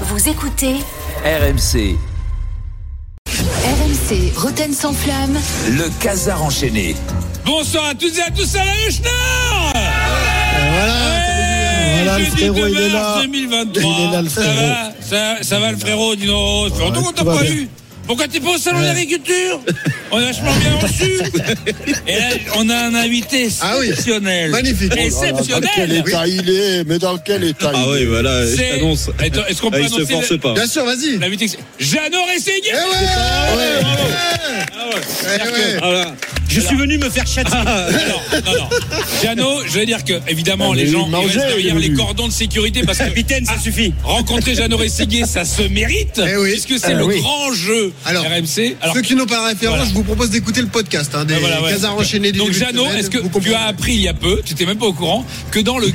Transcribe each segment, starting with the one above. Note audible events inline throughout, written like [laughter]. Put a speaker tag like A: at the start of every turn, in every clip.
A: Vous écoutez
B: RMC,
A: RMC Roten sans flamme.
B: le casar enchaîné.
C: Bonsoir à toutes et à tous, c'est Alain Schnarr
D: Voilà, le
C: Jeudi
D: frérot,
C: 2
D: il est
C: mars
D: là.
C: 2023.
D: Il est là, le
C: ça
D: frérot.
C: va, ça, ça va le frérot, dis donc. Ça fait longtemps qu'on
D: tout
C: t'a
D: va
C: pas
D: bien.
C: eu. Pourquoi t'es pas au salon de l'agriculture On est vachement bien
D: [laughs]
C: reçu. Et là, on a un invité
E: Ah oui.
C: exceptionnel.
E: Magnifique.
D: Dans quel
C: Exceptionnel.
D: état il est Mais dans quel état
F: Ah
D: il
F: oui,
D: est
F: voilà, je
C: C'est-
F: t'annonce.
C: Attends, Est-ce qu'on
F: Ah,
C: peut
F: il se
C: annoncer
F: force
C: le-
F: pas.
E: Bien sûr, vas-y.
C: l'invité ex- Jeannot Rességuier
E: Eh ouais, ouais,
C: Bravo.
E: eh ouais.
F: Voilà. Je suis venu me faire
C: Ah.
F: châtier.
C: Non, non, non. Jeannot, je vais dire que, évidemment,
D: Ah, mais
C: les gens
D: il
C: ils restent
D: mangeait,
C: derrière
D: il
C: les
D: voulait.
C: cordons de sécurité parce que
F: Capitaine, ça suffit.
C: rencontrer Jeannot Rességuier, ça se mérite,
E: Eh oui.
C: puisque c'est
D: Ah
C: le
D: oui.
C: grand jeu
E: Alors,
C: RMC. Alors,
E: Ceux qui n'ont pas la référence,
C: Voilà.
E: je vous propose d'écouter le podcast hein, des
C: Ah, voilà, ouais.
E: Casards enchaînés du
C: donc
E: début de
C: Jeannot,
E: semaine.
C: est-ce que
E: Vous
C: tu
E: comprenez. Ah,
C: as appris il y a peu, tu t'es même pas au courant, que dans
E: [laughs]
C: le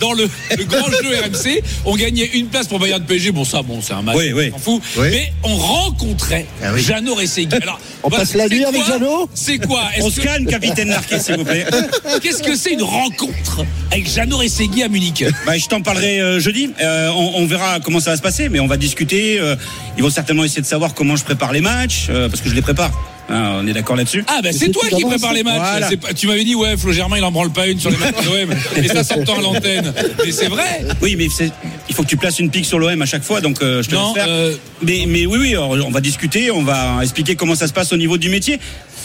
C: dans le, le grand jeu RMC, on gagnait une place pour Bayern de PSG. Bon ça, bon c'est un match,
F: Oui, oui.
C: on s'en fout.
E: Oui.
C: Mais on rencontrait
E: Ah oui.
C: Jeannot Rességuier. Alors,
D: [laughs] On passe la
C: c'est
D: nuit avec
C: quoi-
D: Jeannot
C: C'est quoi Est-ce
F: On se
C: que-
F: calme, capitaine Larquet, s'il
C: [laughs]
F: vous plaît.
C: Qu'est-ce que c'est une rencontre avec Jeannot Rességuier à Munich
F: Bah, je t'en parlerai euh, jeudi. Euh, on, on verra comment ça va se passer, mais on va discuter. euh, ils vont certainement essayer de savoir comment je prépare les matchs, euh, parce que je les prépare. Hein, on est d'accord là-dessus.
C: Ah ben c'est
D: c'est
C: toi
D: tout
C: qui
D: d'avance.
C: prépare les matchs.
F: Voilà.
C: C'est pas- tu m'avais dit ouais, Flo Germain il en branle pas une sur les matchs de
F: [laughs]
C: l'OM et ça s'entend à l'antenne. Mais c'est vrai.
F: Oui, mais c'est- il faut que tu places une pique sur l'OM à chaque fois, donc euh, je te
C: Non,
F: laisse faire.
C: euh,
F: Mais, mais oui, oui, on on va discuter, on va expliquer comment ça se passe au niveau du métier.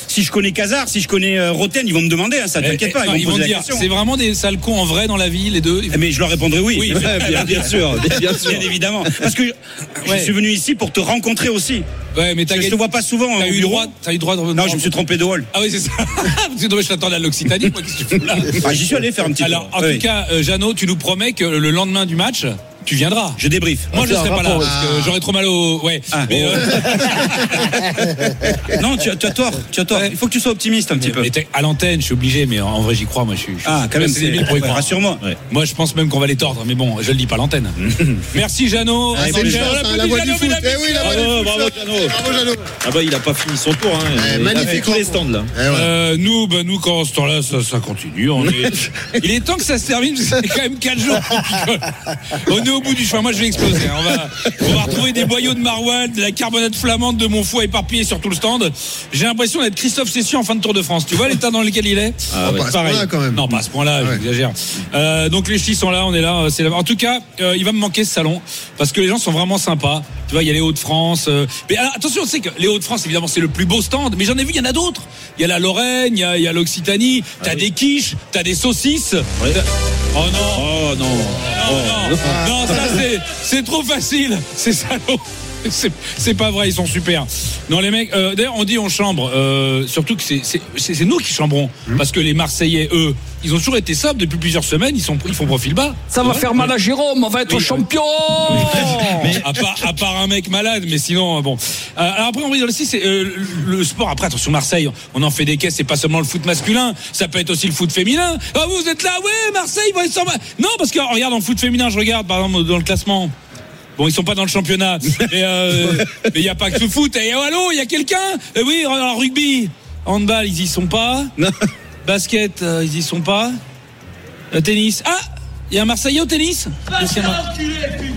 F: Si je connais Kazar, si je connais euh, Roten, ils vont me demander, hein, ça t'inquiète pas,
C: Eh, Non,
F: ils vont, me poser
C: dire
F: la question.
C: c'est vraiment des sales cons en vrai dans la vie les deux. Ils-
F: Mais je leur répondrai oui. [laughs]
C: Oui,
F: Ouais, bien, bien sûr, bien sûr. Bien évidemment. Parce que je
C: Ouais.
F: suis venu ici pour te rencontrer aussi.
C: Ouais mais t'as
F: Je te
C: gagné-
F: vois pas souvent.
C: T'as
F: au
C: eu
F: bureau.
C: droit, t'as eu droit de
F: Non, je me suis trompé
C: [laughs]
F: de hall.
C: Ah oui c'est ça. Parce que non, mais je t'attendais à l'Occitanie. moi, qu'est-ce que tu fous là
F: Ah, J'y suis allé faire un petit
C: Alors
F: tour.
C: en
F: Oui.
C: tout cas euh, Jeannot, tu nous promets que le lendemain du match tu viendras.
F: je débrief.
C: Moi je
D: Ah,
C: serai pas là
D: rapport,
C: parce que j'aurais trop mal au ouais.
F: Ah.
C: Mais, euh,
F: [laughs] Non, tu as, tu as tort. Tu as tort. Il faut que tu sois optimiste un petit peu.
C: Mais t'es- à l'antenne, je suis obligé, mais en vrai, j'y crois. Moi, je suis. je suis-
F: Ah, quand même,
C: c'est débile pour y
F: ouais,
C: croire.
F: rassure-moi.
C: Moi, je pense même qu'on va les tordre, mais bon, je le dis pas à
E: [laughs]
C: l'antenne. Merci, Jeannot.
E: Ah,
C: Attendez,
E: c'est Ah, une chance,
C: on
E: hein,
C: applaudit
E: la voix du
C: Jeannot, Oh,
E: foot.
C: mesdames,
E: Eh oui, la voix du
C: messieurs.
E: foot.
G: bravo, Jeannot.
E: Bravo, Jeannot.
G: Ah bah il a pas fini son tour. Hein.
E: Eh,
G: Il a
E: magnifique
G: fait tous les stands là.
E: Eh ouais.
C: Euh, nous, ben nous, quand ce temps-là, ça, ça continue. On
E: [laughs]
C: est... Il est temps que ça se termine, parce que c'est quand même 4 jours. qu'on picole. on est au bout du chemin. Moi, je vais exploser. hein. On va, on va retrouver des boyaux de maroilles, de la carbonate flamande de mon foie éparpillée sur tout le stand. J'ai l'impression d'être Christophe Cessieux en fin de Tour de France. Tu vois l'état dans lequel il est
E: Ah, pas à ce
C: Pareil.
E: point-là, quand même.
C: Non, pas à ce point-là,
E: ouais.
C: j'exagère. Euh, donc les ch'tis sont là, on est là, euh, c'est là. En tout cas, euh, il va me manquer ce salon parce que les gens sont vraiment sympas. Tu vois, il y a les Hauts-de-France. euh, mais alors, attention, c'est que les Hauts-de-France, évidemment, c'est le plus beau stand. Mais j'en ai vu, il y en a d'autres. Il y a la Lorraine, il y a, il y a l'Occitanie.
E: Ah
C: T'as des quiches, t'as des saucisses. T'as- Oh non.
G: Oh non.
C: Non, non,
E: Oh.
C: non, ça c'est, c'est trop facile, c'est salaud. [laughs] C'est, c'est pas vrai, ils sont super. Non, les mecs, euh, d'ailleurs, on dit on chambre, euh, surtout que c'est, c'est, c'est- c'est nous qui chambrons.
H: Hmm.
C: Parce que les Marseillais, eux, ils ont toujours été sobres depuis plusieurs semaines, ils, sont, ils font profil bas.
H: Ça va faire mal à Jérôme, on va être champion
C: [laughs] à, part, à part un mec malade, mais sinon, euh, bon. Euh, alors après, on va dire aussi, c'est euh, le sport. Après, attention, Marseille, on en fait des caisses, c'est pas seulement le foot masculin, ça peut être aussi le foot féminin. Ah, vous êtes là, ouais, Marseille, ils s'en Non, parce que regarde, en foot féminin, je regarde, par exemple, dans le classement. Bon, ils sont pas dans le championnat, mais euh, mais il y a pas que le foot. Et oh, allô, il y a quelqu'un Eh Oui, en rugby, handball, ils y sont pas. Basket, euh, ils y sont pas. Le tennis. Ah Il y a un Marseillais au tennis Lucien Mar-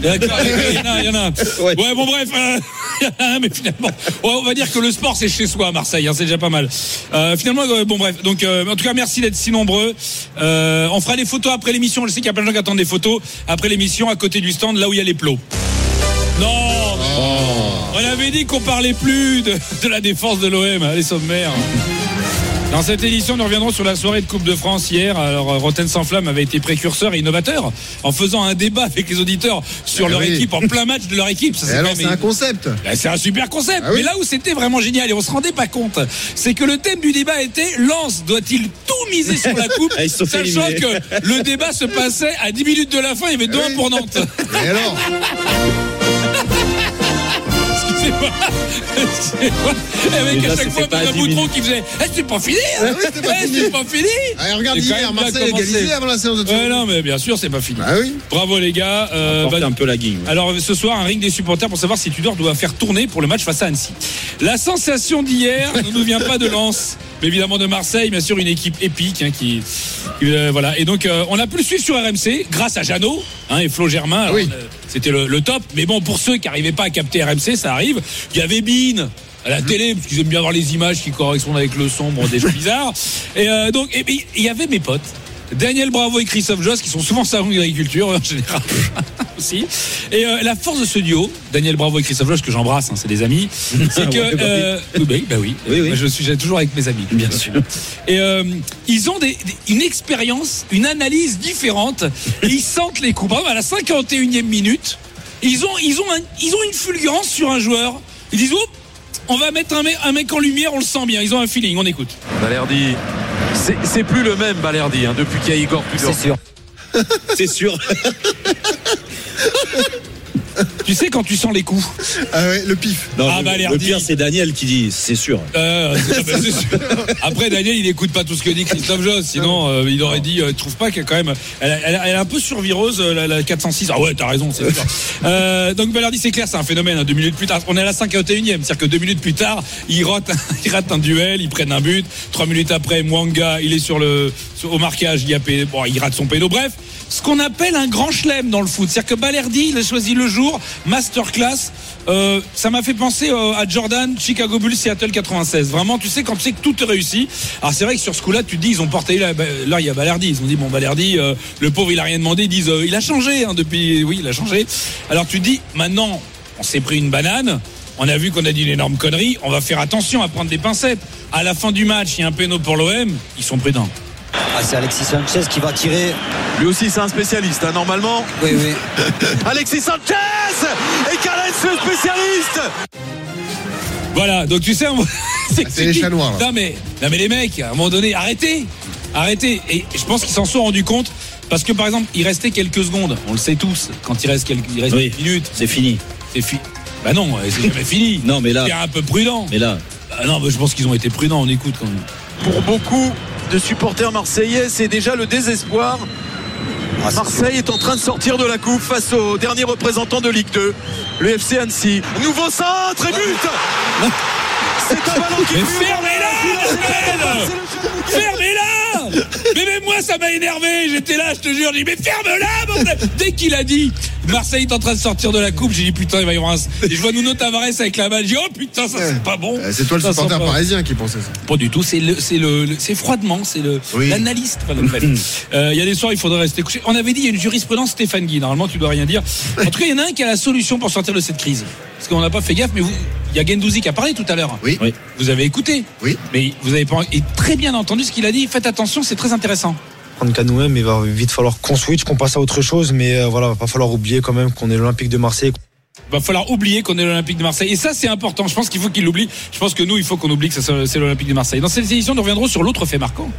C: D'accord, il y en a, il y en a. Ouais, bon, bref. euh, [laughs] il y en a un, mais finalement, ouais, on va dire que le sport, c'est chez soi à Marseille. hein, c'est déjà pas mal. Euh, finalement, euh, bon, bref. Donc, euh, en tout cas, merci d'être si nombreux. Euh, on fera des photos après l'émission. Je sais qu'il y a plein de gens qui attendent des photos après l'émission à côté du stand, là où il y a les plots. Non On avait dit qu'on parlait plus de, de la défense de l'OM, hein, les sommaires. Dans cette édition, nous reviendrons sur la soirée de Coupe de France hier. Alors, euh, Rotten sans flamme avait été précurseur et innovateur en faisant un débat avec les auditeurs sur
E: Eh
C: leur
E: oui.
C: équipe, en plein match de leur équipe. Ça,
E: Et
C: c'est
E: Eh, alors,
C: quand
E: c'est
C: même-
E: un concept.
C: Bah, c'est un super concept.
E: Ah oui.
C: Mais là où c'était vraiment génial et on se rendait pas compte, c'est que le thème du débat était Lance doit-il tout miser sur la
E: [laughs]
C: coupe,
G: Ah, ils se sont fait
C: sachant
G: éliminer.
C: que le débat se passait à 10 minutes de la fin, il y avait 2
E: oui.
C: pour Nantes.
E: [laughs] Et alors
C: Excusez-moi. Excusez-moi. Et avec
G: Déjà,
C: à chaque
G: c'était
C: fois
G: pas à
C: Benoît
G: 10 minutes.
C: Boutron qui faisait Eh, c'est pas fini hein
E: Ah oui, c'est pas
C: Eh,
E: fini.
C: c'est pas fini
E: Ah, Regarde
C: C'est quand même
E: hier,
C: bien
E: Marseille a
C: commencé.
E: égalisé avant la séance de
C: Ouais,
E: tournée.
C: non, mais bien sûr, c'est pas fini.
E: Ah oui
C: Bravo les gars. Euh,
G: Porter
C: bah,
G: un peu la guigne.
C: alors ce soir, un ring des supporters pour savoir si Tudor doit faire tourner pour le match face à Annecy. La sensation d'hier ne nous vient pas de Lens, mais évidemment de Marseille, bien sûr une équipe épique hein, qui euh, voilà. Et donc euh, on a pu le suivre sur RMC grâce à Jeannot hein, et Flo Germain. Alors,
E: Oui.
C: on, euh, c'était le, le top. Mais bon, pour ceux qui n'arrivaient pas à capter RMC, ça arrive. Il y avait Bean à la télé, parce qu'ils aiment bien voir les images qui correspondent avec le son, bon, des choses bizarres. Et euh, donc, et puis, il y avait mes potes. Daniel Bravo et Christophe Joss, qui sont souvent salons d'agriculture en général [laughs] aussi. Et euh, la force de ce duo, Daniel Bravo et Christophe Joss, que j'embrasse, hein, c'est des amis, c'est que
G: Ouais, bah oui.
C: euh, oui, bah oui, bah oui.
G: Oui, oui.
C: Moi, je suis j'ai toujours avec mes amis. Bien sûr. Et euh, ils ont des- des- une expérience, une analyse différente. et ils sentent les coups. Par exemple, à la 51e minute, ils ont, ils ont, un- ils ont une fulgurance sur un joueur. Ils disent, oh, on va mettre un mec, un mec en lumière, on le sent bien. Ils ont un feeling, on écoute.
G: Balerdi. C'est c'est plus le même Balerdi hein, depuis qu'il y a Igor Tudor.
I: sûr.
G: C'est sûr.
C: Ah, Tu sais quand tu sens les coups
E: Ah ouais, le pif.
G: Non,
C: Ah,
G: le-
C: Balerdi.
G: le pire c'est Daniel qui dit c'est sûr.
C: Euh, c'est- bah, c'est sûr. Après, Daniel, il n'écoute pas tout ce que dit Christophe Joss. Sinon, euh, il aurait dit, euh, trouve pas qu'elle quand même, elle, elle- elle est un peu survireuse, euh, la, la 406. Ah ouais, t'as raison, c'est sûr. Euh, donc, Balardi, c'est clair, c'est un phénomène. hein. deux minutes plus tard, on est à la 51e. C'est-à-dire que deux minutes plus tard, il rate, il rate un [laughs] duel, ils prennent un but. Trois minutes après, Mwanga, il est sur le, sur- au marquage, il, y a pé- bon, il rate son péno. Bref, ce qu'on appelle un grand chelem dans le foot. C'est-à-dire que Balerdi, il a choisi le jour, masterclass. Euh, ça m'a fait penser euh, à Jordan, Chicago Bulls, Seattle 96. Vraiment, tu sais, quand tu sais que tout est réussi. Alors, c'est vrai que sur ce coup-là, tu te dis, ils ont porté. Là, bah, là, il y a Balerdi. Ils ont dit, bon, Balerdi, euh, le pauvre, il a rien demandé. Ils disent, euh, il a changé hein, depuis. Oui, il a changé. Alors, tu te dis, maintenant, on s'est pris une banane. On a vu qu'on a dit une énorme connerie. On va faire attention à prendre des pincettes. À la fin du match, il y a un péno pour l'OM. Ils sont prudents.
I: Ah, c'est Alexis Sanchez qui va tirer.
G: Lui aussi c'est un spécialiste hein, normalement.
I: Oui,
J: [laughs]
I: oui.
G: Alexis Sanchez et Calais le spécialiste.
C: Voilà, donc tu sais, [laughs] on-
E: c'est les chats noirs, là.
C: Non mais, non mais les mecs, à un moment donné, arrêtez, arrêtez. Et je pense qu'ils s'en sont rendus compte parce que par exemple, il restait quelques secondes. On le sait tous, quand il reste quelques, il reste
G: Oui.
C: une minute,
G: C'est fini.
C: c'est fini. Bah non, euh, c'est jamais fini.
G: [laughs] Non, mais là-
C: c'est un peu prudent.
G: Mais là,
C: Bah non, mais je pense qu'ils ont été prudents. On écoute quand même.
J: Pour beaucoup de supporters marseillais, c'est déjà le désespoir.
I: Ah,
J: Marseille est en train de sortir de la coupe face au dernier représentant de Ligue 2, le FC Annecy. Nouveau centre et but C'est un ballon qui
C: Mais
J: fuse.
C: fermez-la,
J: C'est le
C: bordel
J: jeune Moukiello.
C: Fermez-la Mais même moi, ça m'a énervé. J'étais là, je te jure. J'ai dit, mais ferme-la, bordel Dès qu'il a dit, Marseille est en train de sortir de la coupe, j'ai dit, putain, il va y avoir un. Et je vois Nuno Tavares avec la balle. J'ai dit, oh putain, ça c'est pas bon.
E: Euh, C'est toi le
C: Ça,
E: supporter
C: sent pas-
E: parisien qui pensait ça.
C: Pas du tout. C'est le, c'est le, le- c'est froidement. C'est le,
E: Oui.
C: l'analyste. enfin, le
E: [laughs]
C: fait. Euh, Il y a des soirs, il faudrait rester couché. On avait dit, il y a une jurisprudence Stéphane Guy. Normalement, tu dois rien dire. En tout cas, il y en a un qui a la solution pour sortir de cette crise. Parce qu'on n'a pas fait gaffe, mais vous, il y a Gendouzi qui a parlé tout à l'heure.
E: Oui.
G: Oui.
C: Vous avez écouté.
E: Oui.
C: Mais vous avez pas et très bien entendu ce qu'il a dit. Faites attention, c'est très intéressant.
K: prendre qu'à nous-mêmes, il va vite falloir qu'on switch, qu'on passe à autre chose, mais euh, voilà, va pas falloir oublier quand même qu'on est l'Olympique de Marseille.
C: va falloir oublier qu'on est l'Olympique de Marseille. Et ça, c'est important. Je pense qu'il faut qu'il l'oublie. Je pense que nous, il faut qu'on oublie que ça soit- c'est l'Olympique de Marseille. Dans cette édition, nous reviendrons sur l'autre fait marquant.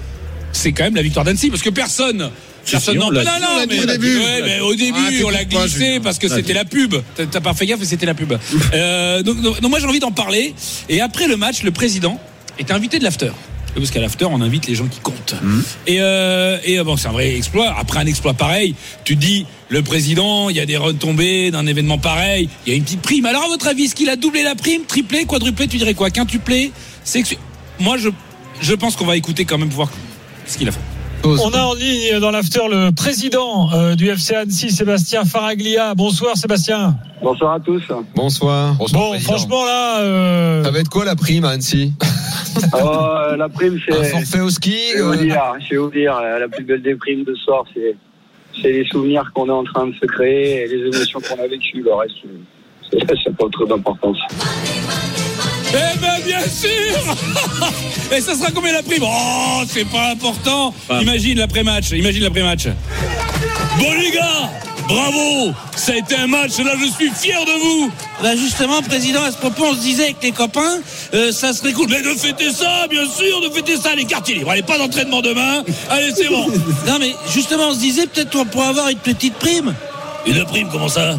C: C'est quand même la victoire d'Annecy, parce que personne.
G: Si,
C: Personne
G: si, on
C: n'en
G: l'a
C: Non,
G: dit,
C: non,
E: on l'a dit
C: mais-
E: au début.
C: ouais, mais au début,
E: Ah, t'écoutes
C: on l'a
E: pas,
C: glissé
E: Julien. Ah,
C: parce que c'était la pub. T'as- T'as pas fait gaffe, mais c'était la
E: [laughs]
C: pub. Euh, donc, donc- donc moi, j'ai envie d'en parler. Et après le match, le président est invité de l'after. Parce qu'à l'after, on invite les gens qui comptent.
E: Hmm.
C: Et, euh, et euh, bon, c'est un vrai exploit. Après un exploit pareil, tu te dis, le président, il y a des retombées d'un événement pareil, il y a une petite prime. Alors, à votre avis, est-ce qu'il a doublé la prime, triplé, quadruplé Tu dirais quoi Quintuplé Sexu- Moi, je, je pense qu'on va écouter quand même pour voir ce qu'il a fait.
J: On a en ligne dans l'after le président euh, du FC Annecy, Sébastien Faraglia. Bonsoir Sébastien.
K: Bonsoir à tous.
J: Bonsoir. bon, franchement là, euh,
K: va être quoi la prime à
I: [laughs]
K: Annecy
I: Oh, euh, la prime,
K: Un
I: c'est.
K: forfait au ski euh,
I: Je vais vous dire, je vais vous dire, euh, la plus belle des primes de ce soir, c'est c'est les souvenirs qu'on est en train de se créer et les émotions qu'on a vécues. Le reste, euh, c'est- ça n'a pas trop d'importance.
C: Eh ben bien sûr [laughs] Et ça sera combien la prime Oh, c'est pas important Imagine l'après-match, imagine l'après-match. Bon les gars, bravo Ça a été un match, là je suis fier de vous Là Bah, justement, Président, à ce propos, on se disait avec les copains, euh, ça serait cool. Mais de fêter ça, bien sûr, de fêter ça, les quartiers libres. Allez, pas d'entraînement demain, allez c'est bon [laughs] Non mais justement, on se disait peut-être qu'on pourrait avoir une petite prime. Une prime, comment ça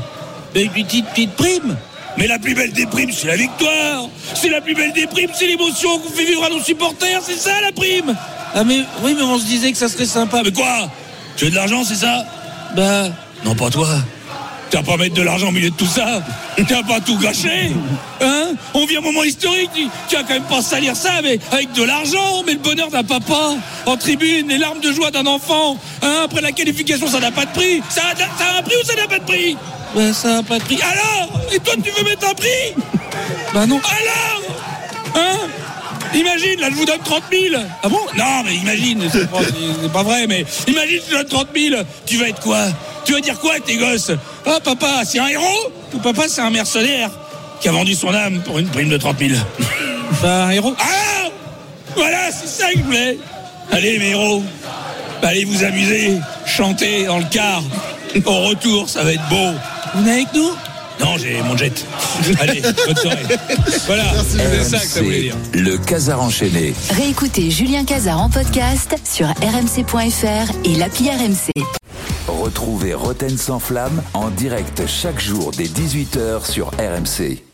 C: Une petite, petite prime mais la plus belle des primes, c'est la victoire C'est la plus belle des primes, c'est l'émotion qu'on fait vivre à nos supporters, c'est ça la prime Ah mais oui, mais on se disait que ça serait sympa. Mais quoi Tu veux de l'argent, c'est ça Bah... Non, pas toi tu vas pas mettre de l'argent au milieu de tout ça Tu vas pas tout gâcher Hein On vit un moment historique, tu, tu vas quand même pas salir ça mais avec de l'argent, mais le bonheur d'un papa en tribune, les larmes de joie d'un enfant, hein, après la qualification ça n'a pas de prix Ça a, ça a un prix ou ça n'a pas de prix Bah ça n'a pas de prix. Alors Et toi tu veux mettre un prix Bah non. Alors Hein Imagine, là je vous donne 30 000 Ah bon Non mais imagine, c'est pas, c'est pas vrai, mais imagine tu donnes 30 000 Tu vas être quoi Tu vas dire quoi à tes gosses Ah papa, c'est un héros Ou papa c'est un mercenaire qui a vendu son âme pour une prime de 30 000 Bah un héros Ah Voilà, c'est ça que je voulais Allez mes héros Allez vous amuser, chanter dans le car. Au retour, ça va être beau. Vous venez avec nous Non, j'ai mon jet. Allez, bonne soirée. Euh, Voilà, c'est ça que ça voulait dire.
B: Le Casar enchaîné.
A: Réécoutez Julien Cazard en podcast sur rmc.fr et l'appli RMC.
B: Retrouvez Roten sans flamme en direct chaque jour dès 18h sur RMC.